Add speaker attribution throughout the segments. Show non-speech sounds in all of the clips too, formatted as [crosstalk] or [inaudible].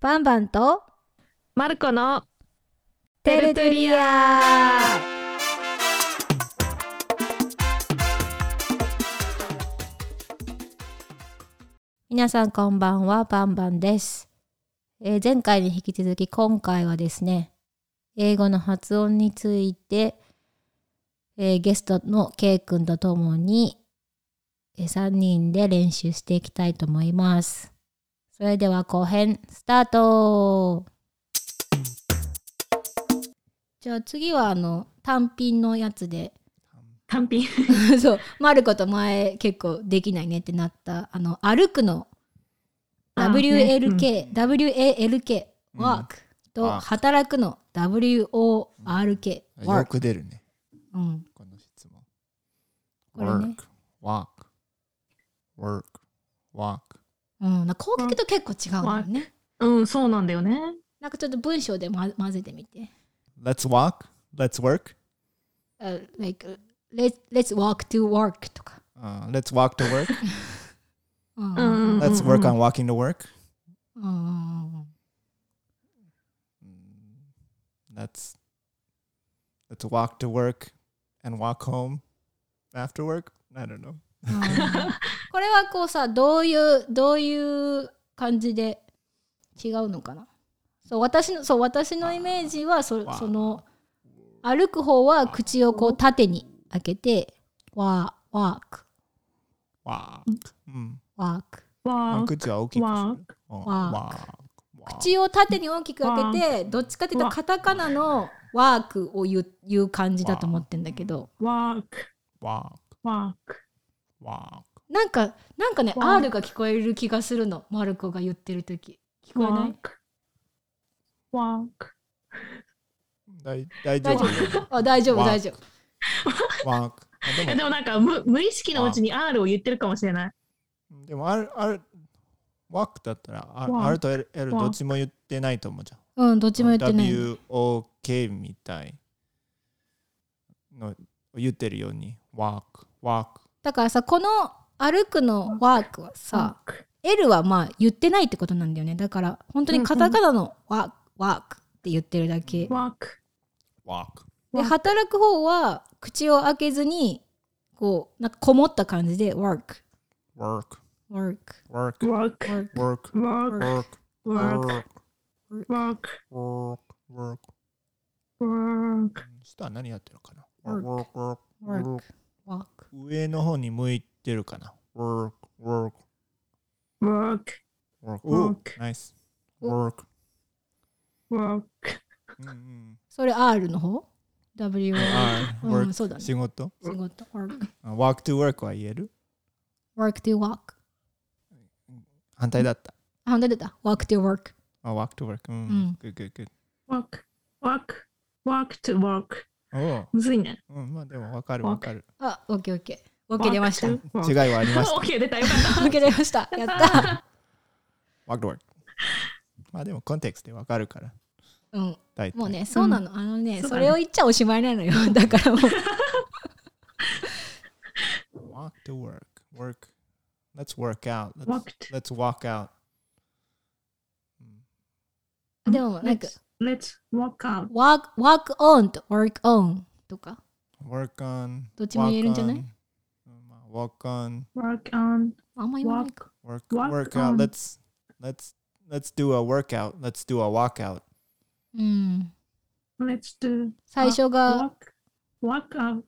Speaker 1: バンバンと
Speaker 2: マルコの
Speaker 1: テルトゥリア皆さんこんばんはバンバンです、えー前回に引き続き今回はですね英語の発音について、えーゲストの K 君とともに、え3人で練習していきたいと思いますそれでは後編スタートじゃあ次はあの単品のやつで
Speaker 2: 単品
Speaker 1: [laughs] そうマルコと前結構できないねってなったあの歩くの
Speaker 2: あね
Speaker 1: WLK、WALK
Speaker 3: うん
Speaker 1: work と
Speaker 3: Work
Speaker 1: 働くの WORK
Speaker 3: よ
Speaker 1: work
Speaker 3: く出るね、
Speaker 1: うん
Speaker 3: この質問。
Speaker 1: これね
Speaker 3: work, work, work,
Speaker 1: うん、なんか攻撃と結構違うんだよね
Speaker 2: うんそうなんだよね
Speaker 1: なんかちょっと文章でま混ぜてみて
Speaker 3: let's walk, let's work,、
Speaker 1: uh, like let's, let's walk to work とか
Speaker 3: uh, let's walk
Speaker 1: [laughs]
Speaker 3: to work,
Speaker 1: うん
Speaker 2: うんうんうん
Speaker 3: let's work on walking to work,
Speaker 1: うんうんうん
Speaker 3: Mm, let's, let's walk to work and walk home after work. I don't know.
Speaker 1: うんこれはこうさどういうどういう感じで違うのかなそう私のそう私のイメージはそ
Speaker 3: わあ
Speaker 1: その歩く方は口をこう縦に開けてワーワーク
Speaker 3: walk. Mm. Oh, うん
Speaker 1: ワーク
Speaker 2: わー
Speaker 3: 口は大きくする。うん
Speaker 1: Mm. walk
Speaker 3: Oh, walk. walk.
Speaker 1: 口を縦に大きく開けてどっちかっていうとカタカナのワークを言う言う感じだと思ってんだけど
Speaker 2: ワーク
Speaker 3: walk,
Speaker 2: ワーク
Speaker 3: walk.
Speaker 1: なんかなんかね
Speaker 2: わあ
Speaker 1: R が聞こえる気がするのマルコが言ってる時聞こえ
Speaker 2: ワ
Speaker 1: な
Speaker 2: ー
Speaker 1: い
Speaker 2: クワーク
Speaker 3: 大大丈
Speaker 1: 大丈
Speaker 3: 夫。
Speaker 1: 夫あ大丈夫
Speaker 3: わあ
Speaker 1: 大丈夫
Speaker 3: walk.
Speaker 1: [laughs]
Speaker 3: あ
Speaker 2: え
Speaker 3: で
Speaker 2: で
Speaker 3: も
Speaker 2: もなんか無無意識のうちに R を言ってるかもしれない
Speaker 3: でも R、R、WALK だったら R,
Speaker 2: Walk
Speaker 3: R と L, L
Speaker 2: walk
Speaker 3: どっちも言ってないと思うじゃん。
Speaker 1: うんどっちも言ってない
Speaker 3: WOK みたいの言ってるように WALK、WALK。
Speaker 1: だからさこの歩くのワークはさ
Speaker 2: ワーク
Speaker 1: L はまあ言ってないってことなんだよねだから本当にカタカナのワークワークって言ってるだけ
Speaker 2: ワーク
Speaker 3: WALK。
Speaker 1: で
Speaker 2: ワーク
Speaker 1: 働く方は口を開けずにこうなんかこもった感じで work
Speaker 3: work,
Speaker 1: work
Speaker 3: work,
Speaker 2: ワーク
Speaker 1: work
Speaker 3: work,
Speaker 2: ワーク
Speaker 3: work,
Speaker 2: ワーク
Speaker 3: work,
Speaker 2: ワーク
Speaker 3: work, work.
Speaker 2: ワーク
Speaker 3: 下は何やってるかな
Speaker 1: Work
Speaker 3: ?work, work,
Speaker 1: work
Speaker 3: work.
Speaker 1: work
Speaker 3: 上の方に向いてるかな ?work, work,
Speaker 2: ワーク
Speaker 3: work. お
Speaker 2: Work
Speaker 3: ナイス。
Speaker 1: お
Speaker 3: work.
Speaker 2: ワーク
Speaker 3: うんうん
Speaker 1: それ R の方 ?W は
Speaker 3: R
Speaker 1: うん
Speaker 3: work
Speaker 1: そうだね
Speaker 3: 仕事
Speaker 1: 仕事 work
Speaker 3: あ Uh, walk to work は言える
Speaker 1: work to walk
Speaker 3: 反対だった。
Speaker 1: あ本当出た walk to work
Speaker 3: あ、walk to work。う
Speaker 1: うん
Speaker 3: ん。good, good, good.
Speaker 2: ワークワークワーク to ワーク
Speaker 3: お
Speaker 2: むずいね
Speaker 3: ううん、まあでもわかる
Speaker 2: Walk
Speaker 3: わかる。
Speaker 1: あ OKOK OK 出ました OK
Speaker 3: 違いはあり
Speaker 1: [laughs]
Speaker 3: まし
Speaker 2: [laughs]
Speaker 3: た。
Speaker 2: OK 出たよかった
Speaker 1: 出ましたやった
Speaker 3: [laughs] walk to work。まあでもコンテクストでわかるから。
Speaker 1: うん
Speaker 3: 大体
Speaker 1: もう。ね、そうなの。あのね、
Speaker 2: そう
Speaker 1: そ
Speaker 2: だね
Speaker 1: れを言っちゃおしまいなのよ。だからもう、
Speaker 3: walk to work. work. Let's work out. Let's,
Speaker 2: Walked.
Speaker 3: let's walk out.
Speaker 2: うん
Speaker 1: でもなんか、
Speaker 2: Let's walk out.
Speaker 1: work, work on と work on とか。
Speaker 3: work on.
Speaker 1: どっちも言えるんじゃない
Speaker 3: walk on うんまあ walk on.
Speaker 2: Work on.
Speaker 1: あんま言わないか。
Speaker 2: Walk.
Speaker 3: work,
Speaker 2: Walk
Speaker 3: work
Speaker 2: on.
Speaker 3: out. Let's, let's, let's do a workout. Let's do a walkout.
Speaker 1: うん。
Speaker 2: Let's do.
Speaker 1: 最初が、
Speaker 2: Walk. Walk out.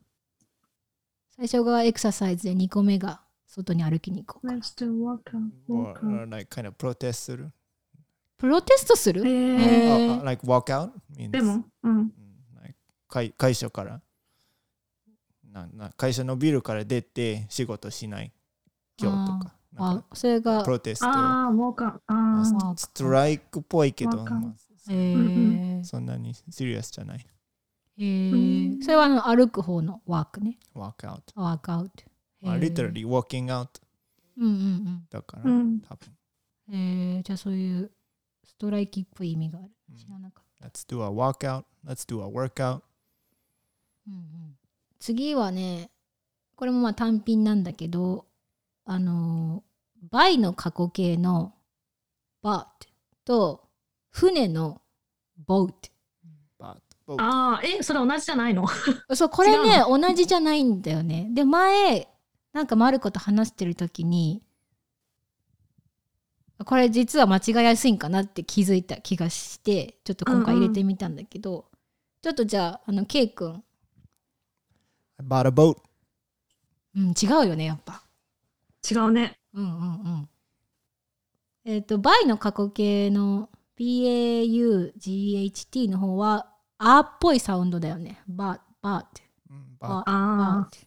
Speaker 1: 最初がエクササイズで2個目が外に歩きに行こうか。
Speaker 2: Let's do walk out.
Speaker 3: Or,
Speaker 2: Walk out.
Speaker 3: or like kind of protest する。
Speaker 1: プロテストする
Speaker 2: えー、
Speaker 1: へー
Speaker 3: Uh, uh, like walkout means.
Speaker 2: でも、うん。
Speaker 3: うんなんか会会社からなな会社のビルから出て仕事しない今日とかなん
Speaker 1: あ
Speaker 3: か、
Speaker 1: それが
Speaker 3: プ、ロテスト
Speaker 2: ああ、walk out. あ
Speaker 3: ス
Speaker 2: あ、
Speaker 1: あ
Speaker 3: ストライクっぽいけど、
Speaker 2: わかん
Speaker 3: ま
Speaker 1: え
Speaker 2: う
Speaker 1: ー
Speaker 2: ん
Speaker 3: あ、そんなにシリアスじゃない
Speaker 1: えー
Speaker 2: うん
Speaker 1: それはあの歩く方のワークね。
Speaker 3: walkout、
Speaker 1: ワークアウト。
Speaker 3: まあ、
Speaker 1: へー
Speaker 3: literally walking out
Speaker 1: うんうん
Speaker 3: だから、
Speaker 2: うん。
Speaker 3: 多分
Speaker 1: うん。えーじゃあそういうストライキっぽい意味がある。
Speaker 3: うん
Speaker 1: 知らなかった。
Speaker 3: Let's do a walkout Let's do a workout
Speaker 1: うんうん次はねこれもまあ単品なんだけどあのー「by」の過去形の「but」と船の boat。
Speaker 3: バーボー
Speaker 2: ああ、え、それ同じじゃないの
Speaker 1: そうこれね同じじゃないんだよねで前なんかマルコと話してる時にこれ実は間違いやすいんかなって気づいた気がしてちょっと今回入れてみたんだけど、ちょっとじゃああの K 君、
Speaker 3: バラボー
Speaker 1: うん、違うよねやっぱ
Speaker 2: 違うね。
Speaker 1: うんうんうんえっ、と by の過去形の BAUGHT の方は「あ」っぽいサウンドだよね「ば」「ば」って
Speaker 3: うん
Speaker 1: 「
Speaker 3: バ
Speaker 1: ば」「ば」
Speaker 2: あ
Speaker 1: って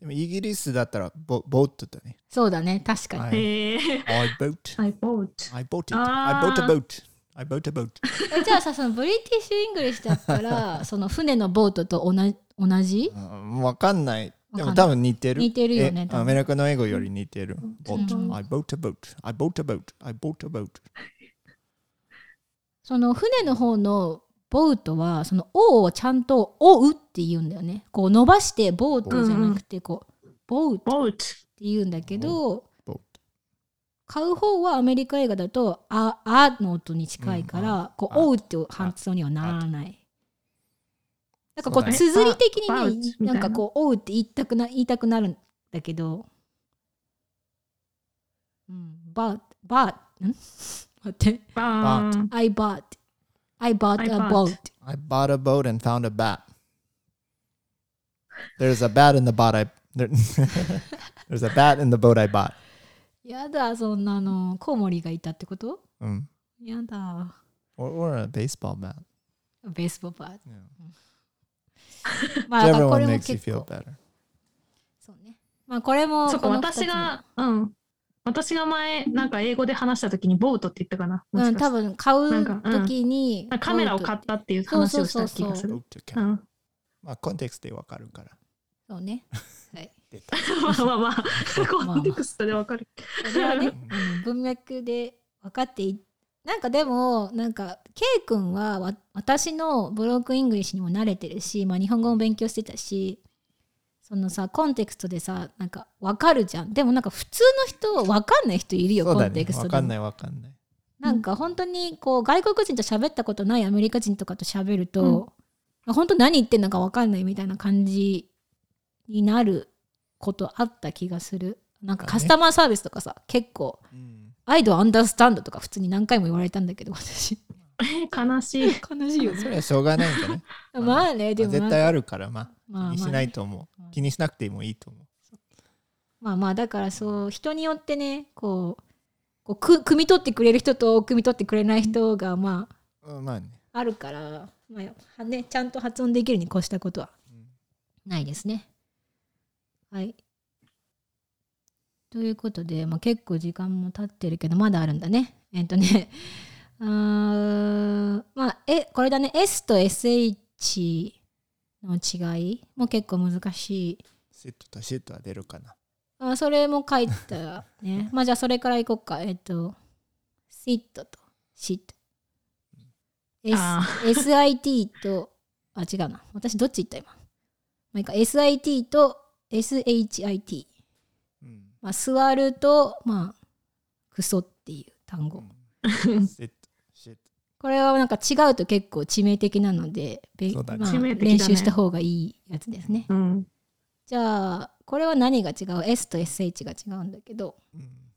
Speaker 3: でもイギリスだったらボボートだね。
Speaker 1: そうだね確かに
Speaker 2: あ、
Speaker 3: は
Speaker 2: へ
Speaker 3: い、
Speaker 2: え
Speaker 3: I boat.
Speaker 2: I bought.
Speaker 3: I bought it.
Speaker 2: あ
Speaker 3: I
Speaker 2: ー
Speaker 3: bought a boat. I bought a boat.
Speaker 1: えじゃあさそのブリティッシュ・イングリッシュだったらその船のボートと同じ同じ
Speaker 3: うんわかんない。でも
Speaker 1: わか
Speaker 3: 多分似てる。
Speaker 1: 似てるよね
Speaker 3: え
Speaker 1: 多分
Speaker 3: アメリカの英語より似てる。
Speaker 1: うん
Speaker 3: Boat. I bought a boat. I bought a boat. I bought a boat.
Speaker 1: その船の方のボートはその「O」をちゃんと「おう」って言うんだよねこう伸ばしてボートじゃなくてこう「ボート」っ
Speaker 2: Boat.
Speaker 1: て言うんだけど
Speaker 3: ボート
Speaker 1: 買う方はアメリカ映画だと「あ」あの音に近いから、こう「
Speaker 3: あ
Speaker 1: おう」って発音にはならない。なんかこ
Speaker 3: そうだ
Speaker 1: う
Speaker 3: ね
Speaker 1: 綴り的
Speaker 2: バウ
Speaker 1: に
Speaker 2: ツ
Speaker 1: ね
Speaker 2: みたいな
Speaker 1: なんかこう「おう」って言いたくな言いたくなるんだけどうん、バー、バー、ん待って。
Speaker 2: バーン
Speaker 1: I bought, I bought
Speaker 2: I
Speaker 1: a
Speaker 2: bought.
Speaker 1: boat.
Speaker 3: I bought a boat and found a bat. There's a bat in the boat I there- [laughs] There's a bat in the boat I bought.
Speaker 1: やだ、そんなの。コウモリがいたってこと
Speaker 3: うん
Speaker 1: やだ。
Speaker 3: Mm. Or, or a baseball bat.
Speaker 1: ベースボーバー。
Speaker 3: Yeah.
Speaker 1: まあ、だから
Speaker 3: Whichever
Speaker 1: こ
Speaker 3: one
Speaker 1: れも
Speaker 3: makes you
Speaker 1: 結
Speaker 3: feel
Speaker 1: 構。
Speaker 3: better.
Speaker 1: そうね。まあ、これも
Speaker 2: そっか、
Speaker 1: この二つ
Speaker 2: 私が、うん。私が前、なんか英語で話したときに、ボートって言ったかな。も
Speaker 1: う
Speaker 2: し
Speaker 1: ん、
Speaker 2: かして
Speaker 1: 多分買
Speaker 2: なん
Speaker 1: う
Speaker 2: かうん
Speaker 1: 時に。
Speaker 2: なんかカメラを買ったっていう
Speaker 1: そう
Speaker 2: 話
Speaker 1: そう
Speaker 2: をし
Speaker 1: そう
Speaker 2: た
Speaker 1: そ
Speaker 2: 気
Speaker 1: う
Speaker 2: がする。
Speaker 3: Boat to
Speaker 2: う
Speaker 1: Ah.
Speaker 3: count.
Speaker 2: ん。
Speaker 3: まあコンテクストでわかるから。
Speaker 1: そうね。はい。
Speaker 3: 出た
Speaker 2: [laughs]
Speaker 1: [laughs]
Speaker 2: ま [laughs] あまあまあ、コンテクストでわかる。
Speaker 1: それはね、あの文脈で分かっていなんかでもなんか K 君はわ私のブロークンイングリッシュにも慣れてるし、まあ、日本語も勉強してたしそのさコンテクストでさなんか分かるじゃんでもなんか普通の人分かんない人いるよ、
Speaker 3: そう
Speaker 1: コ
Speaker 3: だ
Speaker 1: ンテ
Speaker 3: ね
Speaker 1: ク。スト
Speaker 3: わ
Speaker 1: で
Speaker 3: かん
Speaker 1: も
Speaker 3: ないわかんない。
Speaker 1: なんか本当にこう外国人と喋ったことないアメリカ人とかと喋ると、本当何言ってんのか分かんないみたいな感じになることあった気がするなんかカスタマーサービスとかさ結構
Speaker 3: うん
Speaker 1: アイドアンダースタンドとか普通に何回も言われたんだけど私
Speaker 2: 悲しい。
Speaker 1: 悲しいよ
Speaker 3: それはしょうがないんじゃない
Speaker 1: [laughs] まあねでも
Speaker 3: 絶
Speaker 1: なん
Speaker 3: 対
Speaker 1: か
Speaker 3: あるから、まあ、
Speaker 1: まあ
Speaker 3: 気にしないと思う、
Speaker 1: まあ
Speaker 3: 気にしなくてもいいと思う。
Speaker 1: まあまあだからそう人によってねこうこうく汲み取ってくれる人と汲み取ってくれない人がま
Speaker 3: うんまあね。
Speaker 1: ああるから、まあはね、ちゃんと発音できるに越したことはないですね。はいということで、まあ、結構時間も経ってるけどまだあるんだね。えっとね [laughs] あーまあえこれだね S と SH の違いも結構難しい
Speaker 3: シットとシットは出るかな。
Speaker 1: あそれも書いたねまあじゃあそれからいこうかえっ、と sit と sit S
Speaker 2: あ
Speaker 1: SIT とあ違うな私どっち行った今まあいいか SIT と SHIT
Speaker 3: うん
Speaker 1: まあ座るとまあクソっていう単語 [laughs]
Speaker 3: うんシット、シット。
Speaker 1: これはなんか違うと結構致命的なので、べ
Speaker 3: そうだね
Speaker 1: まあ
Speaker 2: 致命的だ
Speaker 1: 練
Speaker 2: ね
Speaker 1: 習した方がいいやつですね
Speaker 2: うん。
Speaker 1: じゃあこれは何が違う S と SH が違うんだけど
Speaker 3: うん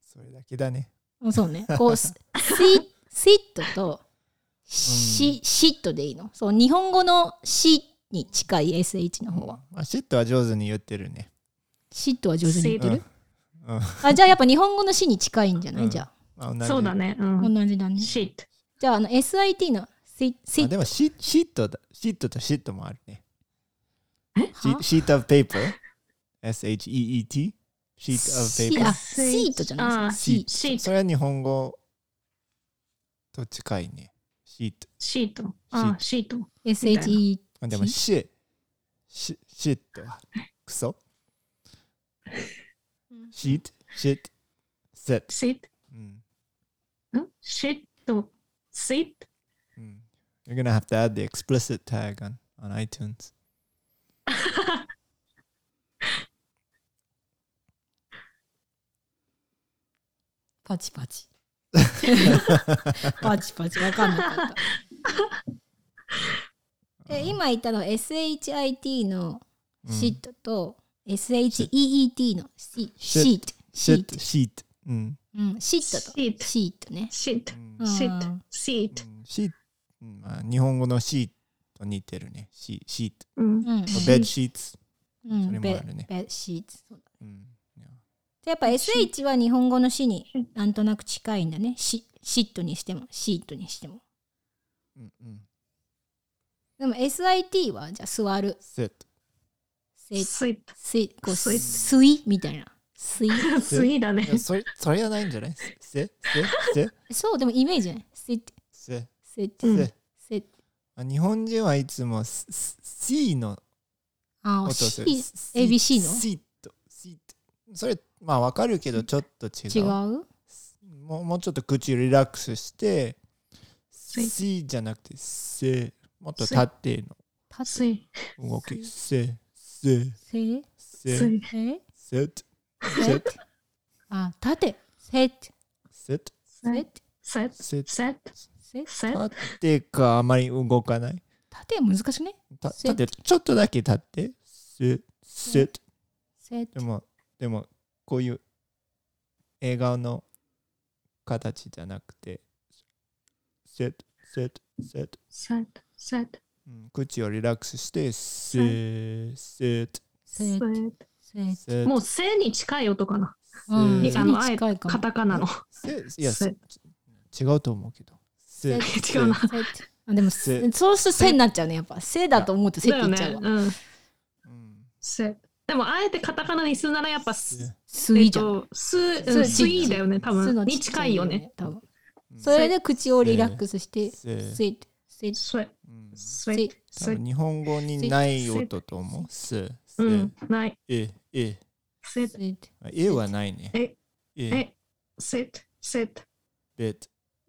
Speaker 3: それだけだね。
Speaker 1: うんそうね。こ
Speaker 3: [laughs]
Speaker 1: う、スイスイットとシ、シットでいいの。そう、日本語のシに近い SH の方は。
Speaker 3: まあ、シットは上手に言ってるね。
Speaker 1: シットは上手に言ってる、
Speaker 3: うんうん
Speaker 1: あ、じゃあやっぱ日本語のシに近いんじゃない、
Speaker 3: うん
Speaker 1: じゃ
Speaker 3: まあ同じ
Speaker 2: そうだね。う
Speaker 1: あ。同
Speaker 2: ん。
Speaker 1: じだね。
Speaker 2: shit。
Speaker 1: じゃあ、あの、SIT のスイスイッ
Speaker 3: あ
Speaker 1: ト
Speaker 3: でもシシットだ、シットとシットもあるね。シ
Speaker 1: は
Speaker 3: シート of paper。S-H-E-E-T。シート of
Speaker 1: あ
Speaker 3: paper。
Speaker 1: シートじゃない
Speaker 2: あー
Speaker 1: シート
Speaker 2: shit。
Speaker 3: それは日本語と近いね。シート。
Speaker 2: shit。あー、shit。
Speaker 1: SHE
Speaker 3: あでも、シ、シ、シットは、クソ。シート、シット、セット。
Speaker 2: sit。
Speaker 3: うん
Speaker 2: ん ?shit と sit?
Speaker 3: Mm. You're gonna have to add the explicit tag on, on iTunes.
Speaker 1: パチパチ。 [laughs] パチパチわかんなかった。え今言ったのは SHIT の
Speaker 3: うん
Speaker 1: シットと SHEET のシ
Speaker 3: シッ
Speaker 1: シート。シ
Speaker 3: シ
Speaker 1: ー
Speaker 3: ッ
Speaker 1: ト
Speaker 3: ト。シートうん
Speaker 1: うん、シットと。
Speaker 2: シート
Speaker 1: シートね。
Speaker 2: シート
Speaker 3: う、ん
Speaker 1: うん
Speaker 2: シート、シート。
Speaker 3: うんシートうんまあ日本語のシートと似てるねシシート
Speaker 2: うん
Speaker 1: うん
Speaker 2: シート
Speaker 3: ベッドシーツ
Speaker 1: う
Speaker 3: それ
Speaker 1: ん、
Speaker 3: も
Speaker 1: ベ
Speaker 3: あるね
Speaker 1: ベシート。そうだ
Speaker 3: うんいや
Speaker 1: でやっぱ SH は日本語のシに
Speaker 2: シー
Speaker 1: なんとなく近いんだね。シシットにしても、シートにしても。
Speaker 3: うんうん
Speaker 1: でも SIT はじゃあ座る。
Speaker 3: セット
Speaker 1: せ
Speaker 2: スイ
Speaker 1: すい、こう、
Speaker 2: すい
Speaker 1: すいみたいな。すい。
Speaker 2: ート、スイーだね
Speaker 3: い。やそれ [laughs] それはないんじゃないせせせ
Speaker 1: そう、でもイメージじゃない。すいって、
Speaker 3: せ
Speaker 1: すいって、
Speaker 2: うん
Speaker 3: せ
Speaker 1: すいって。
Speaker 3: あ日本人はいつも C- C の
Speaker 1: あ
Speaker 3: 音
Speaker 1: あ、
Speaker 3: を
Speaker 1: シ
Speaker 3: する。
Speaker 1: ー
Speaker 3: C-
Speaker 1: ABC の
Speaker 3: シートシートそれまあわかるけどちょっと違
Speaker 1: 違う
Speaker 3: うもうもうちょっと口リラックスして「
Speaker 2: スイ
Speaker 3: し」じゃなくて「せ」もっと縦
Speaker 1: 立つ。
Speaker 2: スイ、
Speaker 3: の動き「せ」「せ」
Speaker 1: せい
Speaker 3: 「
Speaker 2: ス
Speaker 3: せ」
Speaker 2: イ
Speaker 1: え、せ
Speaker 3: 「せ」
Speaker 1: い
Speaker 3: せ
Speaker 1: あ、立て。せいって、
Speaker 3: 「せ」
Speaker 1: せいっ
Speaker 2: セ
Speaker 1: て、
Speaker 2: セセッ
Speaker 3: 「せ」
Speaker 1: せいって。
Speaker 2: セッ
Speaker 3: 縦かあまり動かない
Speaker 1: 立て難しくね
Speaker 3: た
Speaker 1: せ
Speaker 3: 縦ちょっとだけ立って「せ」「せ」
Speaker 1: せいって
Speaker 3: で。もでもこういう映画の形じゃなくて「せ」「せ」「せ」
Speaker 2: セッセッ
Speaker 3: うん口をリラックスして「せ」「せ」
Speaker 1: せいって、せいって。
Speaker 3: せ
Speaker 2: もうセに近い音かな。
Speaker 1: うん、
Speaker 3: せ
Speaker 1: それ
Speaker 2: あの
Speaker 1: に近いかも
Speaker 2: カタ
Speaker 1: [laughs]
Speaker 2: カナの。
Speaker 3: せいや
Speaker 2: せ
Speaker 3: せ違うと思うけど。
Speaker 2: [laughs]
Speaker 3: せ
Speaker 2: 違うな。
Speaker 1: せってあでもせ
Speaker 3: せ
Speaker 1: そうするとせになっちゃうねやっぱせだと思うとせって
Speaker 2: だ
Speaker 1: 言
Speaker 2: よ
Speaker 1: っ
Speaker 2: ね
Speaker 1: ちゃうわ、。
Speaker 2: うん。
Speaker 3: うん
Speaker 2: セ。でもあえてカタカナにするならやっぱス、
Speaker 3: せ
Speaker 1: すいじゃん、
Speaker 2: と、ス、うん
Speaker 1: ス
Speaker 2: スイーだよね。多
Speaker 1: す
Speaker 2: 分
Speaker 1: のち
Speaker 2: に
Speaker 1: っちゃ
Speaker 2: 近いよね。
Speaker 1: 多分
Speaker 3: うん
Speaker 1: それで口をリラックスして
Speaker 3: せ
Speaker 1: せってせって
Speaker 2: スイ、
Speaker 3: うん
Speaker 2: スイ、
Speaker 3: 多
Speaker 2: スイ
Speaker 3: 分。日本語にない音と思う。せせ
Speaker 2: うん、ない。
Speaker 3: ええ
Speaker 2: セッ
Speaker 1: せって
Speaker 3: あえはないね。
Speaker 2: え
Speaker 3: え
Speaker 2: え、セッセッ
Speaker 3: べ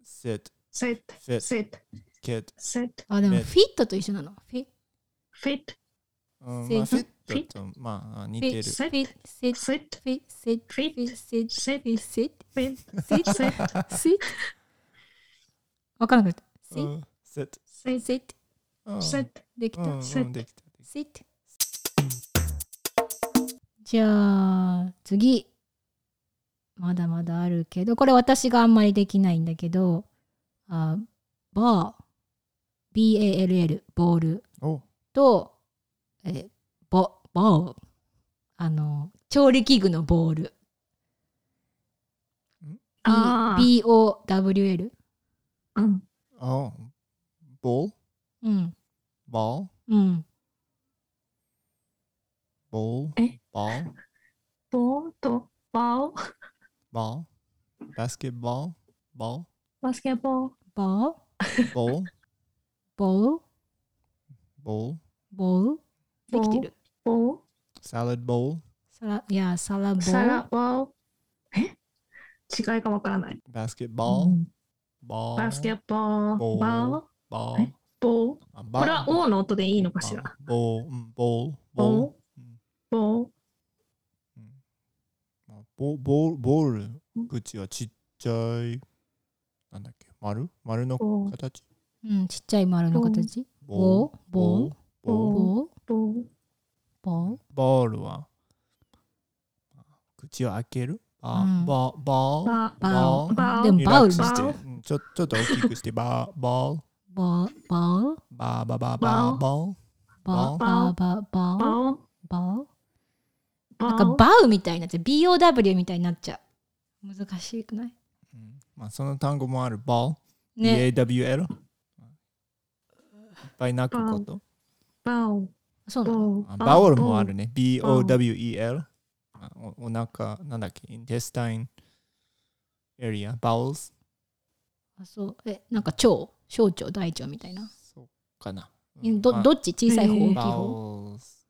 Speaker 3: せ
Speaker 2: セッ
Speaker 3: せ
Speaker 2: セッ
Speaker 3: け
Speaker 2: セッ
Speaker 1: あでも
Speaker 3: ね
Speaker 1: フィットと一緒なのフィ
Speaker 2: フィット、
Speaker 3: うん
Speaker 1: せ
Speaker 3: まあフィ
Speaker 2: フィ
Speaker 3: ットとまあ似
Speaker 1: フ
Speaker 3: て
Speaker 1: ィ
Speaker 3: る。
Speaker 1: フィせ
Speaker 2: セッ
Speaker 1: フィせフ
Speaker 2: フィッ
Speaker 1: ィせ
Speaker 2: セッ
Speaker 1: フィせ
Speaker 2: フィッ
Speaker 1: せっ
Speaker 2: セッ
Speaker 1: せっわからなかったせ
Speaker 3: うんせ
Speaker 2: セッ
Speaker 1: せって
Speaker 3: うん
Speaker 2: セッ
Speaker 1: でき
Speaker 3: う
Speaker 1: た
Speaker 3: ん
Speaker 2: せ
Speaker 3: うんできた。
Speaker 1: せってじゃあ次まだまだあるけどこれ私があんまりできないんだけどあバー BALL ボール
Speaker 3: お
Speaker 1: とえボボーあの調理器具のボール
Speaker 2: あー
Speaker 1: BOWL
Speaker 2: うん
Speaker 3: あボール
Speaker 1: うん
Speaker 3: ボール
Speaker 1: うん
Speaker 3: ボール
Speaker 2: え
Speaker 3: ボール
Speaker 2: ボーとバオ
Speaker 3: ボールバスケットボールボール
Speaker 2: バスケボー
Speaker 1: ボー
Speaker 3: ボール
Speaker 1: ボー
Speaker 3: ボール
Speaker 1: ボーできてる
Speaker 2: ボー
Speaker 3: サラダボール
Speaker 1: サラいやサラボ
Speaker 2: サ
Speaker 1: ー
Speaker 2: ラバオえ違いがわからない
Speaker 3: バスケットボールボール
Speaker 2: バスケボーバオ
Speaker 3: ボール
Speaker 2: ボー
Speaker 3: あ
Speaker 2: これは
Speaker 3: ボール
Speaker 2: O の音でいいのかしら
Speaker 3: ボールうんボールボール
Speaker 2: ボーボー
Speaker 3: うんまあボボールボール
Speaker 2: うん
Speaker 3: 口はちっちゃいなんだっけ丸丸の
Speaker 2: ボー
Speaker 3: 形
Speaker 1: うんちっちゃい丸の形ボーボー
Speaker 3: ボールボール
Speaker 1: ボー
Speaker 2: ボー
Speaker 1: ボー
Speaker 3: ボールはまあ口を開けるバ
Speaker 1: うん
Speaker 3: ーバーバー
Speaker 2: バ
Speaker 1: バ
Speaker 3: ボ
Speaker 1: ー
Speaker 3: ー
Speaker 2: バオ
Speaker 1: でも
Speaker 3: リラ
Speaker 1: バウ
Speaker 3: ッ
Speaker 1: ル
Speaker 3: クス
Speaker 1: バ
Speaker 3: して
Speaker 2: バー
Speaker 3: うんちょちょっと大きくしてバーボー
Speaker 1: ー
Speaker 3: ル
Speaker 1: バー
Speaker 3: バーバーバーバー
Speaker 2: バ
Speaker 3: ボール
Speaker 1: バーバーバーバー
Speaker 2: バオ
Speaker 1: バー
Speaker 2: バ
Speaker 1: な
Speaker 2: オ
Speaker 1: んかバウみたいになっちゃう BOW みたいになっちゃう難しくない
Speaker 3: うんまあその単語もあるボール
Speaker 1: ね
Speaker 3: BAWL いっぱい泣くこと。
Speaker 2: バオ
Speaker 1: そうなの
Speaker 2: ボ
Speaker 3: あ
Speaker 2: ー
Speaker 3: バウルもあるね。
Speaker 2: ボウ
Speaker 3: BOWEL。あおお腹、なんだっけ、インテスタインエリア、バウルス。
Speaker 1: あそうえなんか腸小腸大腸みたいな
Speaker 3: そうかな。うん
Speaker 1: ど
Speaker 3: まあ
Speaker 1: どっち小さい方
Speaker 2: え
Speaker 1: [laughs] 大きい
Speaker 2: ー
Speaker 3: バ
Speaker 1: 方
Speaker 3: ウルス。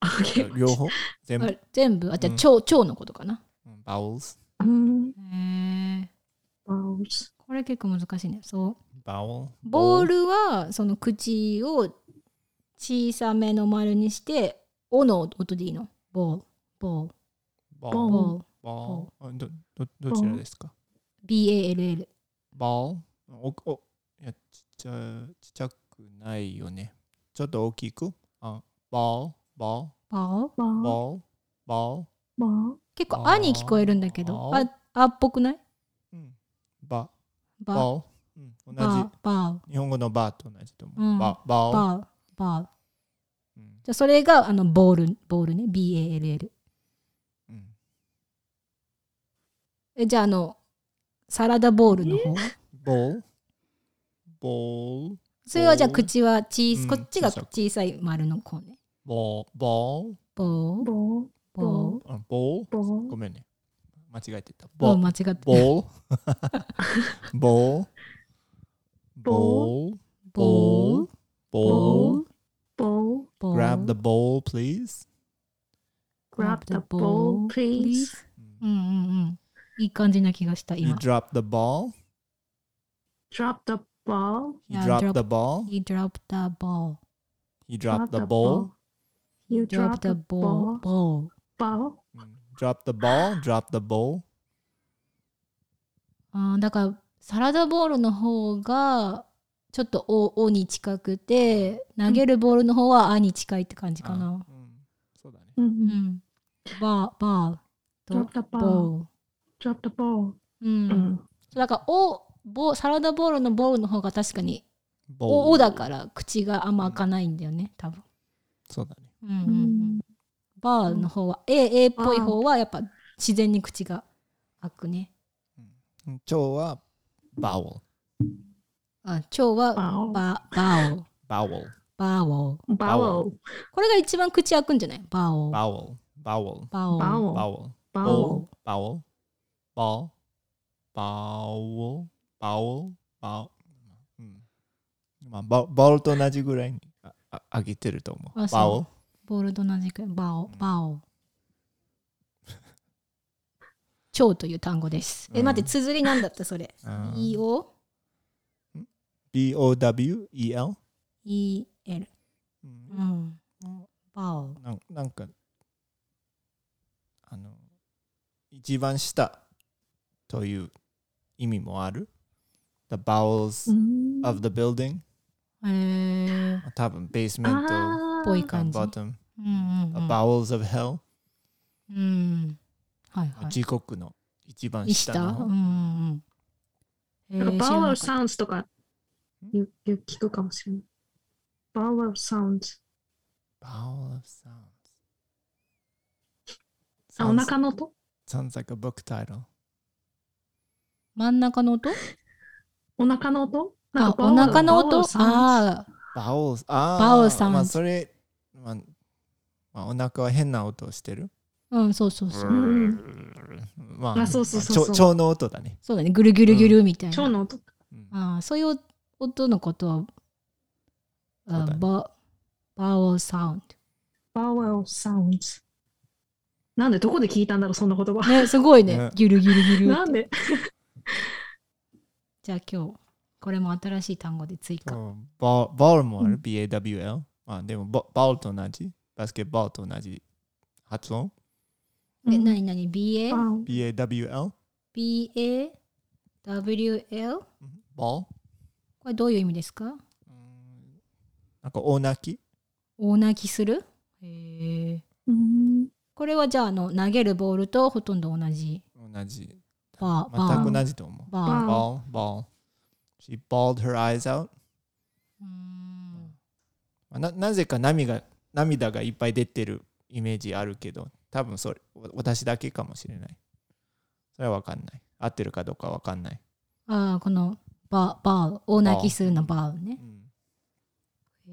Speaker 2: あ結構
Speaker 3: 両方全
Speaker 1: あ
Speaker 3: 部。
Speaker 1: 全部あじゃあ
Speaker 3: うん
Speaker 1: 腸腸のことかな
Speaker 3: うんバウルス。
Speaker 2: うん
Speaker 1: へえ
Speaker 2: バオス
Speaker 1: これ結構難しいねそう
Speaker 3: バウル。
Speaker 1: ボー
Speaker 3: ル。
Speaker 1: ルはその口を小さめの丸にして「お」の音でいいのボーボー
Speaker 3: バウ
Speaker 1: ボ
Speaker 3: ル。
Speaker 1: ー
Speaker 3: バウル。あどどどちらですか
Speaker 1: BALL。
Speaker 3: ball おおいやちっちゃちっちゃくないよねちょっと大きくあ ball ball
Speaker 1: バー
Speaker 2: バー
Speaker 3: ball ball
Speaker 2: バー
Speaker 1: 結構「
Speaker 3: あ
Speaker 1: あ」
Speaker 3: ー
Speaker 1: に聞こえるんだけど「あ」あっぽくない
Speaker 3: うんバ
Speaker 1: バー
Speaker 3: ball うん同
Speaker 1: バー
Speaker 3: じ
Speaker 1: バ
Speaker 3: 日本語のバーと同じと思
Speaker 1: うん
Speaker 3: うバ
Speaker 1: ー
Speaker 3: バ
Speaker 1: バーバー
Speaker 3: ーうん
Speaker 1: じゃあそれがあのボールボールね BALL
Speaker 3: うん
Speaker 1: えじゃああのサラダボールの方
Speaker 3: ボールボール
Speaker 1: それはじゃあ口は小
Speaker 3: う
Speaker 1: さ
Speaker 3: ん
Speaker 1: こっちが
Speaker 3: 小さく
Speaker 1: 小さい丸の方ね
Speaker 3: ボーボール
Speaker 1: ボー
Speaker 2: ボー
Speaker 1: ボー
Speaker 3: あボール
Speaker 2: ボー
Speaker 3: ごめんね間違えてた
Speaker 1: ボ
Speaker 3: ボ
Speaker 1: ー
Speaker 3: ー
Speaker 1: 間違ってた
Speaker 3: ボー [laughs] ルボールボール
Speaker 1: ボー
Speaker 3: ボール
Speaker 2: ボー
Speaker 1: ボー
Speaker 3: grab the ball please
Speaker 2: grab the ball please
Speaker 1: う
Speaker 3: Mm.
Speaker 1: んうんうんいい感じな気がした
Speaker 3: You
Speaker 1: 今
Speaker 3: drop the ball.
Speaker 2: drop the ball
Speaker 3: He
Speaker 1: Yeah,
Speaker 3: dropped
Speaker 1: drop-
Speaker 3: the ball.
Speaker 1: He dropped the ball
Speaker 3: He dropped the ball.
Speaker 2: you drop the ball
Speaker 1: ball
Speaker 2: ball
Speaker 3: Mm. Drop the ball. Drop the ball.
Speaker 1: あーだからサラダボールの方がちょっと「お」おに近くて投げるボールの方は「あ」に近いって感じ
Speaker 3: Ah.
Speaker 1: かな。
Speaker 3: Mm. そうだね。
Speaker 2: う
Speaker 1: うんん、バーバ
Speaker 2: ドロ
Speaker 1: ー
Speaker 2: ップ
Speaker 1: と
Speaker 2: バー、
Speaker 1: ボール。
Speaker 2: ドロップボー。
Speaker 1: うん
Speaker 2: うん。
Speaker 1: そうだから「お」ボーサラダボールのボールの方が確かに「
Speaker 3: Ball.
Speaker 1: お」おだから口があんま開かないんだよね多分。うんうんうん、バーの方は「A」A っぽい方はやっぱ自然に口が開くね。
Speaker 3: そうだね。腸は Mm. bowel.
Speaker 1: あ腸は
Speaker 2: バオ。
Speaker 1: ババーオ
Speaker 3: Bowel.
Speaker 1: バーオ
Speaker 2: バオ。
Speaker 1: これが一番口開くんじゃないバーオ
Speaker 3: Bowel.
Speaker 1: バ
Speaker 3: Bowel.
Speaker 2: バ
Speaker 1: オ
Speaker 2: オ。
Speaker 3: Bowel.
Speaker 2: バ
Speaker 3: Ball.
Speaker 2: オ。
Speaker 3: Bowel. Ball. Bowel. Bowel. Bow. まあ、ボールと同じぐらいにあげてると思う。
Speaker 1: あ、そう。
Speaker 3: Bowel.
Speaker 1: ボールと同じくバオバオ蝶という単語です。え、
Speaker 3: うん
Speaker 1: 待って、綴りなんだったそれ。
Speaker 3: うん
Speaker 1: E O
Speaker 3: B O W E L
Speaker 1: E L。うん。バオ。
Speaker 3: なんなんかあの一番下という意味もある The bowels
Speaker 2: ん
Speaker 3: of the building
Speaker 1: へえ。
Speaker 3: 多分ベースメント
Speaker 2: あ
Speaker 1: ぽい
Speaker 2: ー。
Speaker 1: 感じ。
Speaker 3: bottom
Speaker 1: うんうんう
Speaker 3: The
Speaker 1: ん。
Speaker 3: bowels of hell
Speaker 1: うん。はいはい。
Speaker 3: 時刻の一番
Speaker 1: 下
Speaker 3: 下
Speaker 1: うんう
Speaker 3: の
Speaker 1: んうん。
Speaker 2: なんか
Speaker 1: 知ら
Speaker 2: バ
Speaker 1: なか
Speaker 2: オ
Speaker 1: っ
Speaker 2: サウンズとか、よよく聞くかもしれない。バオサウンズ。
Speaker 3: Bowel of sounds
Speaker 2: あ、お腹の音
Speaker 3: Sounds like a book title
Speaker 1: 真ん中の音
Speaker 2: お腹の音なん
Speaker 1: あ
Speaker 2: か、
Speaker 1: お
Speaker 2: バオ
Speaker 1: 腹の音
Speaker 2: バオサウンズ
Speaker 1: ああ。
Speaker 3: Bowels あー
Speaker 1: Bowel sounds
Speaker 3: まあそれ、まあまあ、お腹は変な音をしてる
Speaker 1: うん、そうそうそう。
Speaker 3: まあ
Speaker 2: あそうそうそうそう
Speaker 3: 腸腸の音だね
Speaker 1: そうだね。ぐるぐるぐるみたいな。
Speaker 2: 腸の音。
Speaker 3: うん
Speaker 1: ああそういう音のことは、
Speaker 3: そう
Speaker 1: あ
Speaker 3: だね
Speaker 1: ババオサウン
Speaker 2: バオサウンズ。なんでどこで聞いたんだろう、そんな言
Speaker 1: ド。
Speaker 2: 葉。
Speaker 1: ね、すごい
Speaker 3: ね
Speaker 1: ね。ギュルギュルギュルっ
Speaker 2: な
Speaker 1: て。
Speaker 2: んで
Speaker 1: じゃあ今日、これも新しい単語で追加。
Speaker 3: そうボボールもあ
Speaker 2: う
Speaker 3: る、
Speaker 2: ん
Speaker 3: BAWL。まあでもボ、ボールと同じ、バスケットボールと同じ発音。
Speaker 1: え、なになに ?BA?
Speaker 2: バオ
Speaker 3: BAWL、
Speaker 1: BA? WL?
Speaker 3: うんボー
Speaker 1: これどういう意味ですか
Speaker 3: ル。うんなんか大泣き
Speaker 1: 大泣きするへえ。
Speaker 2: うん
Speaker 1: これはじゃあ、あの、投げるボールとほとんど同じ。
Speaker 3: 同じ。
Speaker 1: バー、
Speaker 3: 全
Speaker 1: バ
Speaker 3: く
Speaker 1: ー。
Speaker 3: 同じと思う。
Speaker 1: バー
Speaker 2: バ。
Speaker 3: ボール、ボール。She bawled her eyes out.
Speaker 1: うーん
Speaker 3: まあななぜか涙が涙がいっぱい出てるイメージあるけど、多分それ、わ私だけかもしれない。それはわかんない。合ってるかどうかわかんない。
Speaker 1: ああ、この、バー、バー。大泣きするのバーね
Speaker 3: う。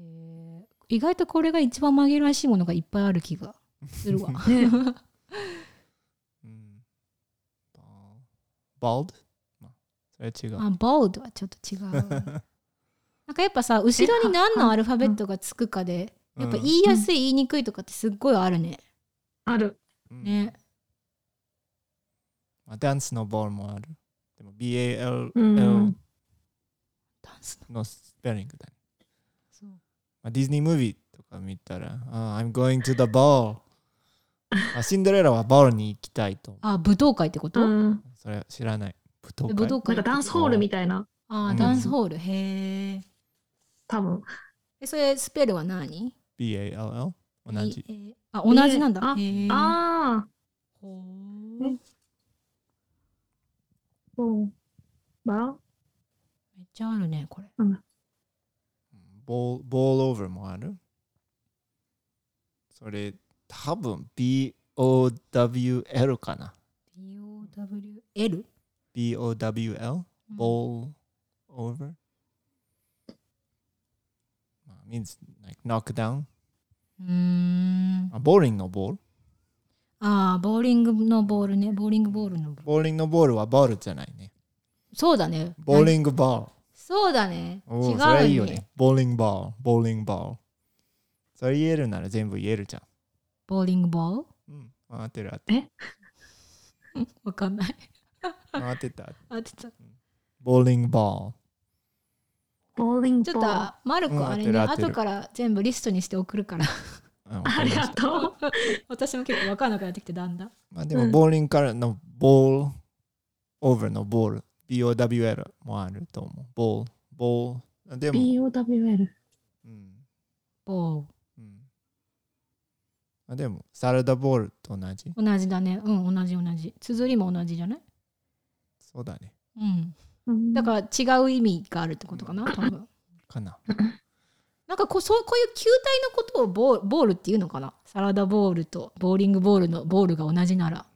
Speaker 1: へ
Speaker 3: ん
Speaker 1: ー意外とこれが一番紛らわしいものがいっぱいある気がす
Speaker 2: [laughs]
Speaker 1: るわ。
Speaker 3: うんバー bald? まあ、それは違う。
Speaker 1: [laughs] あ、ボードはちょっと違
Speaker 2: [laughs]
Speaker 1: う。なんかやっぱさ、後ろに何のアルファベットがつくかで、やっぱ言いやすい、言いにくいとかってすっごいあるね。
Speaker 2: ある。
Speaker 3: うん
Speaker 1: ね。
Speaker 3: まあ、ダンスのボールもある。でも BALL
Speaker 2: うん
Speaker 1: ダンスの。
Speaker 3: のスペリングだね。
Speaker 1: そう
Speaker 3: まあ、ディズニームービーとか見たら、あ I'm going to the
Speaker 1: [laughs]
Speaker 3: ball まあ。シンデレラはボールに行きたいと。
Speaker 1: あ、武道会ってこと、
Speaker 2: うん。
Speaker 3: それは知らない。舞踏
Speaker 1: え
Speaker 3: 会
Speaker 1: 武道
Speaker 2: なん
Speaker 1: 会
Speaker 2: かダンスホールみたいな、
Speaker 1: ああ、
Speaker 3: うん
Speaker 1: ダンスホールへえ
Speaker 2: 多分。
Speaker 1: えそれスペルは何
Speaker 3: BALL 同じ、
Speaker 1: いえあ同じなんだ、
Speaker 2: あ
Speaker 1: へえ
Speaker 2: ああ、
Speaker 1: ほう
Speaker 2: ねそう。バ
Speaker 1: めっちゃあるねこれ
Speaker 3: ボールボールオーバーもあるそれ多分 BOWL かな
Speaker 1: BOWL?
Speaker 3: BOWL
Speaker 1: ー
Speaker 3: bowl over means like knock down
Speaker 1: うーん
Speaker 3: あボーリングのボール
Speaker 1: ああボーリングのボールねボーリングボールのボール
Speaker 3: ボーリングのボールはボールじゃないね
Speaker 1: そうだね
Speaker 3: ボー
Speaker 1: ン
Speaker 3: リングバ
Speaker 1: そうだね
Speaker 3: ー
Speaker 1: 違う
Speaker 3: おー
Speaker 1: ね
Speaker 3: それいいよねボーリングバーボーリングバーそれ言えるなら全部言えるじゃん
Speaker 1: ボーリングボール
Speaker 3: うん当てる当て
Speaker 1: わかんない [laughs]
Speaker 3: る当てた
Speaker 1: あちょっ
Speaker 3: ボーリングバ
Speaker 2: ボーリン
Speaker 1: と
Speaker 2: グ
Speaker 1: ちょ
Speaker 2: ボ
Speaker 1: っ
Speaker 2: ール。
Speaker 1: とマル
Speaker 3: うん
Speaker 1: コあれ
Speaker 3: 当て
Speaker 1: ね
Speaker 3: る当てる
Speaker 1: 後から全部リストにして送るから [laughs]
Speaker 3: ー、うん、
Speaker 2: ありがとう。
Speaker 1: 私も結構わかんなくなってきてだんだん
Speaker 3: まあでも、ボーリングからのボール、オーバーのボール、BOWL もあると思う。ボール、ボール。でも、
Speaker 2: BOWL。
Speaker 3: うん
Speaker 1: ボ
Speaker 3: うんまあ、でも、サラダボールと同じ。
Speaker 1: ール同じだねうん同じ同じ綴りも同じじゃない
Speaker 3: そうだね。
Speaker 1: うん
Speaker 2: うん
Speaker 1: だから違う意味があるってことかな多分
Speaker 3: かな。
Speaker 1: なんかこうそうこういう球体のことをボールボールっていうのかなサラダボールとボーリングボールのボールが同じなら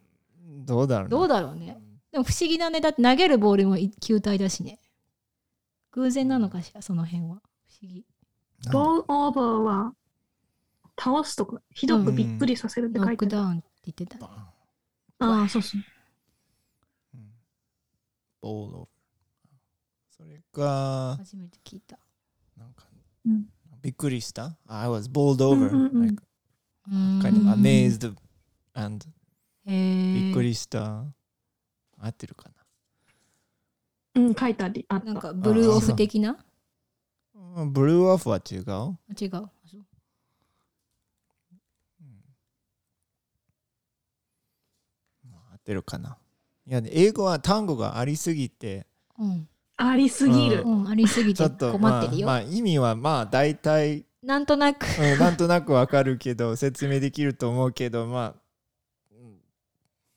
Speaker 3: どうだろうな
Speaker 1: どうだろうねでも不思議だねだって投げるボールもい球体だしね偶然なのかしらその辺は不思議
Speaker 3: なんだ
Speaker 2: ボールオーバーは倒すとか、ひどくびっくりさせるって
Speaker 1: ノ
Speaker 2: 書
Speaker 1: ッ
Speaker 2: いて
Speaker 1: ク
Speaker 2: ある。
Speaker 1: ダウンって言ってたね
Speaker 3: バーン
Speaker 2: ああ、そうそう。
Speaker 3: うんボールオーバー。それか、
Speaker 1: 初めて聞いた
Speaker 3: なんか、
Speaker 2: うん
Speaker 3: びっくりした ?I was bowled
Speaker 2: うんうん
Speaker 3: over.
Speaker 2: うん
Speaker 3: Like,
Speaker 1: うーん
Speaker 3: kind of amazed and
Speaker 1: へー
Speaker 3: びっくりした。合ってるかな
Speaker 2: うん、書いたりあった。
Speaker 1: なんかブルーオフ的な
Speaker 3: うんブルーオフは違う。
Speaker 1: あ違うあそう
Speaker 3: まあ合ってるかな。いや、英語は単語がありすぎて、
Speaker 1: うん、
Speaker 2: ありすぎる
Speaker 3: う。
Speaker 1: うん、ありすぎ
Speaker 3: ち
Speaker 1: て
Speaker 3: ょっと、
Speaker 1: 困ってるよ、
Speaker 3: まあ、まあ意味はまあ大体、
Speaker 1: なんとなく
Speaker 2: [laughs]
Speaker 3: うん、なんとなくわかるけど、説明できると思うけど、まあ、うん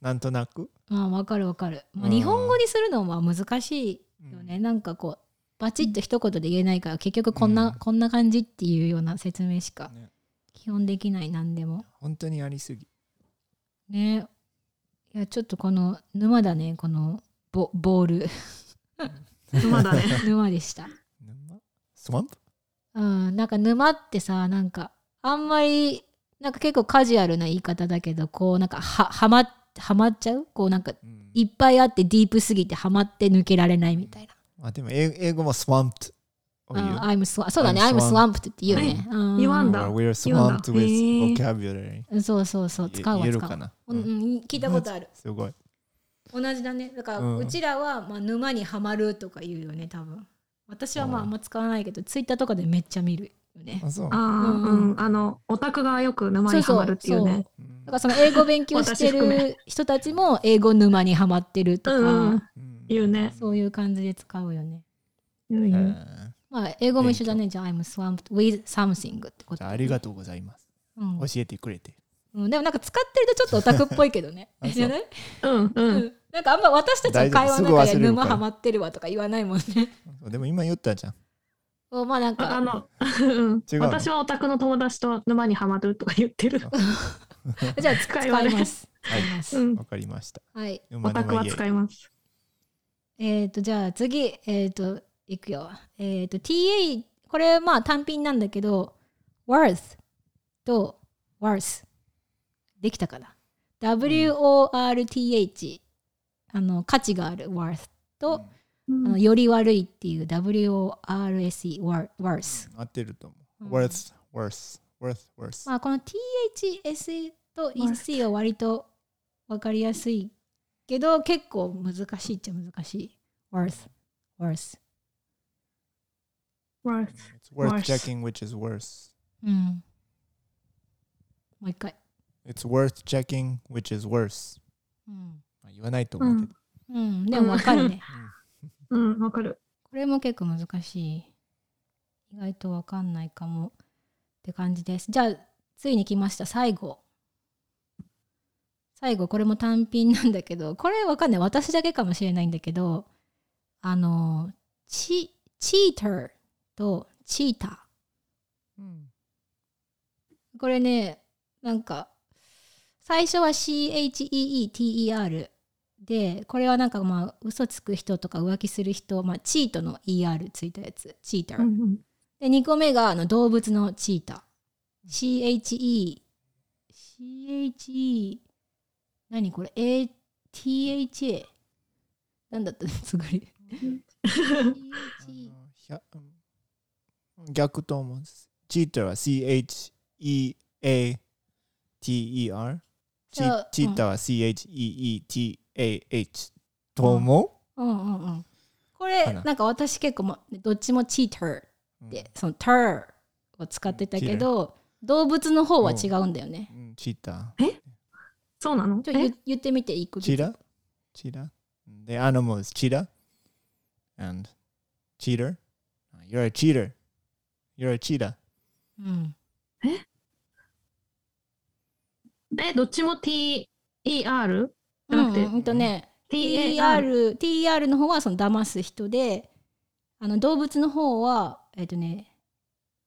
Speaker 3: なんとなく。
Speaker 1: まあわかるわかる、まあ、
Speaker 3: うん
Speaker 1: 日本語にするのは難しいよね、
Speaker 3: うん
Speaker 1: なんかこうバチッと一言で言えないから結局こんな、
Speaker 3: うん
Speaker 1: こんな感じっていうような説明しか
Speaker 3: ね
Speaker 1: 基本できない何でも
Speaker 3: 本当にありすぎ。
Speaker 1: ねいやちょっとこの沼だねこのボボール [laughs]
Speaker 2: まだね。
Speaker 1: 沼でした
Speaker 3: 沼スワンプ
Speaker 1: うんなんか沼ってさなんかあんまりなんか結構カジュアルな言い方だけどこうなんかははまはまっちゃうこうなんか
Speaker 3: うん
Speaker 1: いっぱいあってディープすぎてはまって抜けられないみたいな
Speaker 3: まあでも英英語もスワンプ多いよ。
Speaker 1: あ I'm swa- そうだね、
Speaker 3: I'm
Speaker 1: I'm swamped って言うよね。うん
Speaker 2: 言わん
Speaker 3: Or
Speaker 2: だ
Speaker 3: We're
Speaker 2: 言うんだ
Speaker 3: swamped
Speaker 2: へー
Speaker 3: with vocabulary. Ah,
Speaker 1: そうそうそう、使うわ、
Speaker 3: 言える
Speaker 1: 使う
Speaker 3: か
Speaker 1: わ。
Speaker 3: な。
Speaker 1: うん、うん、聞いたことある。
Speaker 3: すごい。
Speaker 1: 同じだね。だから、
Speaker 3: うん
Speaker 1: うちらは、まあ、沼にはまるとか言うよね、多分。私はまあ、
Speaker 3: う
Speaker 1: あ
Speaker 3: ん
Speaker 1: んま使わないけど、ツイッターとかでめっちゃ見るよね。
Speaker 3: あ、そう
Speaker 2: あ。あ、
Speaker 1: うん
Speaker 2: うん。あの、オタクがよく沼にはまるっていう
Speaker 1: そう
Speaker 2: ね。
Speaker 3: うん
Speaker 1: だから、その英語勉強してる人たちも、英語沼にはまってると
Speaker 2: う
Speaker 1: か、
Speaker 2: んうん。
Speaker 3: うん
Speaker 2: 言うね
Speaker 1: そういう感じで使うよね。
Speaker 2: 言う
Speaker 3: え
Speaker 2: 言う
Speaker 3: ー
Speaker 1: まあ、英語も一緒だね。じゃあ、I'm swamped with something ってこ
Speaker 3: じ
Speaker 1: と。
Speaker 3: ゃあありが
Speaker 1: と
Speaker 3: とうございます。
Speaker 1: う。うん
Speaker 3: 教えてくれて。。
Speaker 1: うん、でもなんか使ってるとちょっとオタクっぽいけどね
Speaker 3: あそう
Speaker 1: じゃない
Speaker 2: うんう。
Speaker 1: [laughs] うんんなんかあんま私たちの会話の
Speaker 3: 大丈
Speaker 1: 中
Speaker 3: 夫す
Speaker 1: で
Speaker 3: ぐ忘れるか
Speaker 1: 沼
Speaker 3: ら
Speaker 1: ハマってるわとか言わないもんね。 [laughs]
Speaker 3: でも今言ったじゃん。
Speaker 1: そうまあなん
Speaker 2: ああ
Speaker 1: か
Speaker 2: の、うん
Speaker 3: 違うの
Speaker 2: 私はオタクの友達と沼にはまるとか言ってる。
Speaker 1: [laughs] じゃあ使い
Speaker 2: 会話ね
Speaker 1: ます。
Speaker 3: はい
Speaker 1: 使いま
Speaker 2: う
Speaker 1: す。
Speaker 2: ん。
Speaker 3: わかりました。
Speaker 1: はい。
Speaker 2: オタクは使
Speaker 3: い。
Speaker 2: います。
Speaker 1: えっ、とじゃあ次えっ、といくよ。えっ、と TA これまあ単品なんだけど worth と worth できたかな。W O R T H あの価値がある worth と、
Speaker 2: うん
Speaker 1: あのより悪いっていう W O R S E worth
Speaker 3: 合ってると思う。
Speaker 1: うん
Speaker 3: Mm, worth, worth, worth, worth.
Speaker 1: まあこの THS と EC は割と分かりやすいけど結構難しいっちゃ難しい。worth, worth.
Speaker 2: Worth
Speaker 3: It's worth
Speaker 2: worth.
Speaker 3: checking which is worse.
Speaker 1: うん。もう一回。
Speaker 3: It's worth checking which is worse. Ah,
Speaker 1: うん。
Speaker 3: まあ言わないと思うけど。
Speaker 1: うん、でもわかるね。
Speaker 2: うん、わかる。
Speaker 1: これも結構難しい。意外とわかんないかもって感じです。じゃあ、ついに来ました、最後。最後、これも単品なんだけど、これわかんない。私だけかもしれないんだけど、あの、チ、チーターとチーター。
Speaker 3: うん
Speaker 1: これねなんか最初は CHEETER でこれはなんかまあ嘘つく人とか浮気する人、まあ、チートの ER ついたやつチーター、
Speaker 2: うんうん
Speaker 1: で2個目があの動物のチーター CHECHE 何これ ATHA なんだった [laughs] つぐり
Speaker 3: あ
Speaker 1: THE
Speaker 3: のひゃうん逆と思うんです。チーターは E CHEATER。チ E
Speaker 1: そう
Speaker 3: チーターは E CHEETAH。と思
Speaker 1: [laughs] うんうんうんこれ
Speaker 3: かな
Speaker 1: なんか私結構、ま、どっちもチーター
Speaker 3: う
Speaker 1: で、その「tur」を使ってたけど動物の方は違うんだよね。
Speaker 3: うんチータ
Speaker 2: そうなの
Speaker 1: ちょ
Speaker 2: え
Speaker 1: 言言ってみて一個
Speaker 3: ー。
Speaker 1: ず
Speaker 3: チ
Speaker 1: つ。
Speaker 3: ラチラ The animal is cheetah and cheater. 아, You're a cheater. You're a cheetah.
Speaker 1: うん、
Speaker 2: え、どっちも TER? じ
Speaker 1: う
Speaker 2: ゃ
Speaker 1: ん
Speaker 2: なくて
Speaker 1: うんうんとね
Speaker 2: TAR?
Speaker 1: TER, TER の方はその騙す人であの動物の方はえっ、とね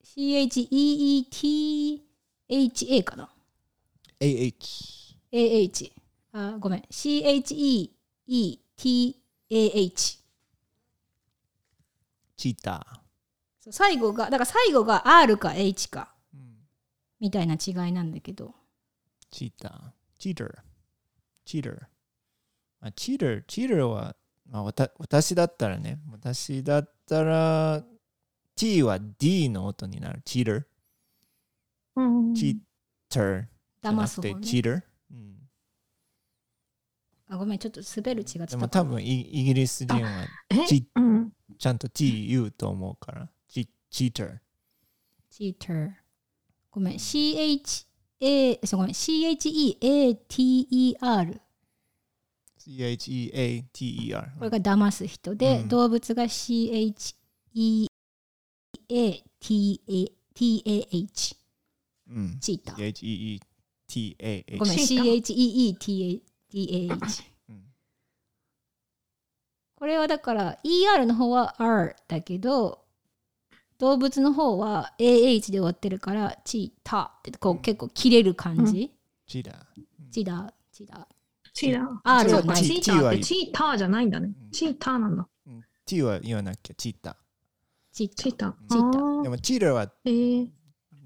Speaker 1: CHEETHA かな
Speaker 3: AH。
Speaker 1: AH あごめん CHEETAH
Speaker 3: チーター。
Speaker 1: そう最後がだから最後が R か H か
Speaker 3: うん
Speaker 1: みたいな違いなんだけど
Speaker 3: チーター。チーター。チーター。まあ、チーター、チーターは、まあ、わた私だったらね、私だったら、T は D の音になる。チーター。
Speaker 2: うん
Speaker 3: チーター。じゃ
Speaker 1: 騙
Speaker 3: な
Speaker 1: す
Speaker 3: く
Speaker 1: 方
Speaker 3: て、
Speaker 1: ね
Speaker 3: チーター。うん、
Speaker 1: あごめんちょっと滑る血が
Speaker 3: で
Speaker 1: 伝わ
Speaker 3: も
Speaker 1: った
Speaker 3: 多分イ、イギリス人は
Speaker 2: え
Speaker 3: チ
Speaker 2: うん。
Speaker 3: ちゃんと T 言うと思うから。チチーター。
Speaker 1: チーターごめん CHA そうごめん CHEATER
Speaker 3: C-H-E-A-T-E-R。
Speaker 1: これが騙す人で、
Speaker 3: うん
Speaker 1: 動物が CHEATAH
Speaker 3: うん。
Speaker 1: チーター
Speaker 3: C-H-E-E-T-A-H。
Speaker 1: ごめん
Speaker 2: チータ
Speaker 1: CHEETAH
Speaker 3: うん
Speaker 1: これはだから ER の方は R だけど動物の方は AH で終わってるからチーターってこう結構切れる感じ、
Speaker 3: チーター。
Speaker 1: チーターチーター
Speaker 2: チータ
Speaker 1: R
Speaker 2: ー。
Speaker 1: じ
Speaker 2: そ
Speaker 1: ゃ
Speaker 2: うか、
Speaker 1: な
Speaker 2: チ
Speaker 1: い
Speaker 2: ーターっ
Speaker 3: チーは
Speaker 2: てチーターじゃないんだね
Speaker 3: うん。
Speaker 2: チーターなんだ。
Speaker 3: うん T は言わなきゃ、チーター。
Speaker 1: チータ
Speaker 2: チ
Speaker 1: ー
Speaker 2: ーター。
Speaker 1: チーター
Speaker 2: あ
Speaker 3: でもチーターは、
Speaker 2: えー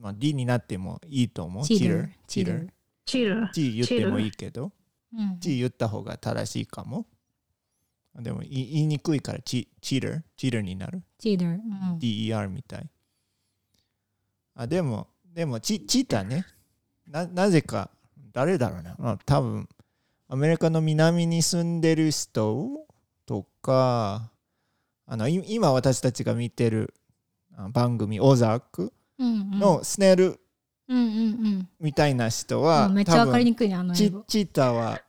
Speaker 3: まあ、D になってもいいと思う。
Speaker 1: チーター
Speaker 3: チーター。
Speaker 2: チール。
Speaker 3: T 言ってもいいけど、
Speaker 1: うん、
Speaker 3: T 言った方が正しいかも。でも言い言いにくいからチチーター、チーターになる。
Speaker 1: チーター、うん、
Speaker 3: DER みたい。あ、でも、でもチチーターね。ななぜか、誰だろうな。まあ、多分、アメリカの南に住んでる人とか、あのい今私たちが見てるあ番組、オザーク
Speaker 1: うんうん、
Speaker 3: のスネル
Speaker 1: うんうんうん
Speaker 3: みたいな人
Speaker 1: う
Speaker 3: は、
Speaker 1: んめっちゃ
Speaker 3: 多
Speaker 1: わかり
Speaker 3: 分
Speaker 1: にくいねあの英
Speaker 3: チ
Speaker 1: 語
Speaker 3: チーターは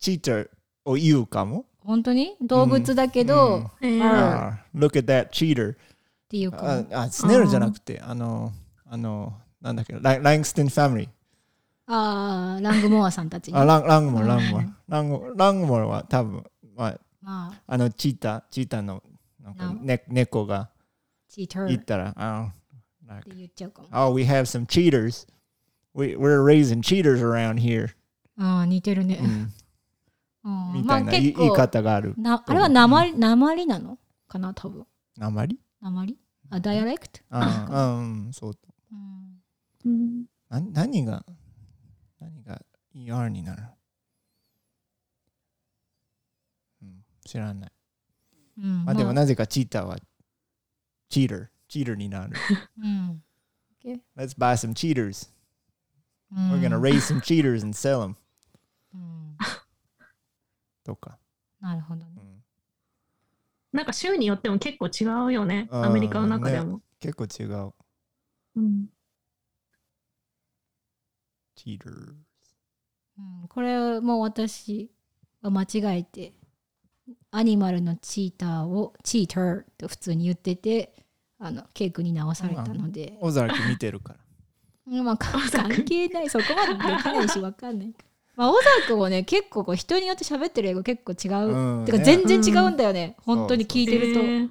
Speaker 3: チーターを言うかも。
Speaker 1: 本当に動物だけど、
Speaker 3: う
Speaker 1: っ
Speaker 3: ん
Speaker 1: う
Speaker 2: え
Speaker 1: ん
Speaker 2: ー
Speaker 3: あー Look at that cheater.
Speaker 1: ていうか
Speaker 3: ああスネルじゃなくて、あの、あの、なんだっけ、ララングスティンファミリー。
Speaker 1: ああラングモアさんたちに
Speaker 3: あランラングモル、
Speaker 1: あ
Speaker 3: ラ
Speaker 1: ー
Speaker 3: ングモル。ラングラングモルは多分、まあ、
Speaker 1: まあ
Speaker 3: あのチーター、チーターのなんか、ね、猫が
Speaker 1: チーター
Speaker 3: 行
Speaker 1: っ
Speaker 3: ってたら、あの、like,
Speaker 1: 言っちゃうかも
Speaker 3: oh, we have some cheaters. We, we're raising cheaters around here.
Speaker 1: あー似てるね
Speaker 3: う、ん
Speaker 1: うん
Speaker 3: み
Speaker 1: ま
Speaker 3: た
Speaker 1: あ
Speaker 3: いな言い
Speaker 1: 結
Speaker 3: 言い
Speaker 1: 構
Speaker 3: 方がある。
Speaker 1: なあれは鉛鉛なのかな多分
Speaker 3: あまり
Speaker 1: 鉛あダイアレクト、
Speaker 3: あーうん、そう。
Speaker 1: うん、
Speaker 2: うん
Speaker 3: な何が、何が ER になるうん、知らない。
Speaker 1: うん
Speaker 3: まあでもなぜかチーターはチーター、チーターになる。
Speaker 1: うん、
Speaker 3: Let's buy some cheaters.
Speaker 1: う
Speaker 3: We're
Speaker 1: ん
Speaker 3: gonna raise some cheaters and sell them.
Speaker 1: うん
Speaker 3: とか。
Speaker 1: なるほどね
Speaker 3: うん
Speaker 2: なんか州によっても結構違うよね。
Speaker 3: うん
Speaker 2: アメリカの中でも。
Speaker 3: 結構違う。
Speaker 2: うん
Speaker 3: チーター。
Speaker 1: うん、これも私は間違えてアニマルのチーターをチーターと普通に言っててあのケイ君に直されたので、
Speaker 3: オザルク見てるから。
Speaker 1: まあ、か
Speaker 2: 小沢君
Speaker 1: 関係ないそこまでできないし分かんないからまあ小沢君もね結構こう人によって喋ってる英語結構違う、
Speaker 3: うん
Speaker 1: てか
Speaker 3: ね
Speaker 1: 全然違うんだよね、本当に聞いてると、
Speaker 2: えー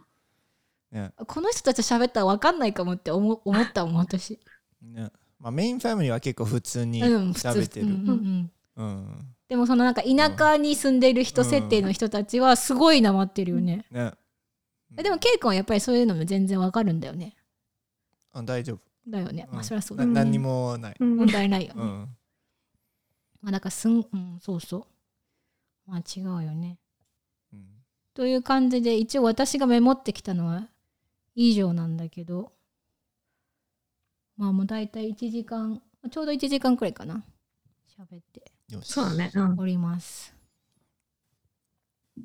Speaker 3: ね
Speaker 1: この人たちと喋ったら分かんないかもって思思ったもん私
Speaker 3: ねまあ、メインファミリーは結構普通 [laughs] に
Speaker 1: うん普通
Speaker 3: 喋ってる。
Speaker 1: うんうんうん
Speaker 3: うん
Speaker 1: でもそのなんか田舎に住んでる人設定の人たちはすごいなまってるよね、
Speaker 3: ね、
Speaker 1: えでもケイ君はやっぱりそういうのも全然分かるんだよね
Speaker 3: あ大丈夫。
Speaker 1: だよね、ま
Speaker 3: う
Speaker 1: あ
Speaker 3: ん
Speaker 1: そりゃそうだ
Speaker 3: な
Speaker 1: ね、
Speaker 3: 何にもない。
Speaker 2: うん
Speaker 1: 問題ないよね、
Speaker 3: うん
Speaker 1: まあだからすん、うん、そうそうまあ違うよね
Speaker 3: うん
Speaker 1: という感じで一応私がメモってきたのは以上なんだけどまあもう大体1時間ちょうど1時間くらいかな喋って
Speaker 3: よし
Speaker 2: そうだね。うん。
Speaker 1: おります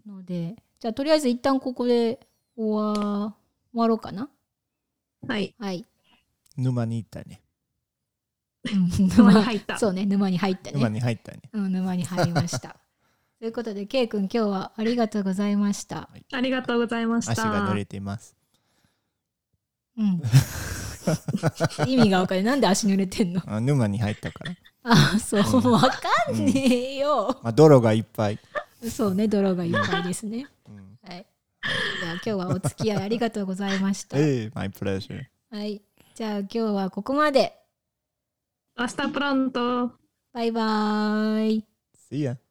Speaker 1: のでじゃあとりあえず一旦ここで終わ終わろうかな
Speaker 2: はい。
Speaker 1: はい
Speaker 3: 沼に行ったね。
Speaker 1: うん
Speaker 2: 沼に入った。
Speaker 1: そうね沼に入ったね
Speaker 3: 沼に入ったね。
Speaker 1: うん、沼に入りま
Speaker 2: [laughs]
Speaker 1: した。ということで、ケイ君、今日はありがとうございました。
Speaker 2: ありがとうございました。
Speaker 3: 足が濡れています。
Speaker 2: [laughs]
Speaker 1: うん。意味がわかる。なんで足濡れてんの
Speaker 3: あ沼に入ったから。
Speaker 1: あ、そう、わかんねえよ。
Speaker 3: まあ、泥がいっぱい。
Speaker 1: そうね、泥がいっぱいですね。
Speaker 3: うん
Speaker 1: [laughs] はい。じゃあ、今日はお付き合いありがとうございました。は
Speaker 3: ええ、my pleasure。
Speaker 1: い。じゃあ、今日はここまで。
Speaker 2: 明日プロント。
Speaker 1: バイバーイ。
Speaker 3: See ya.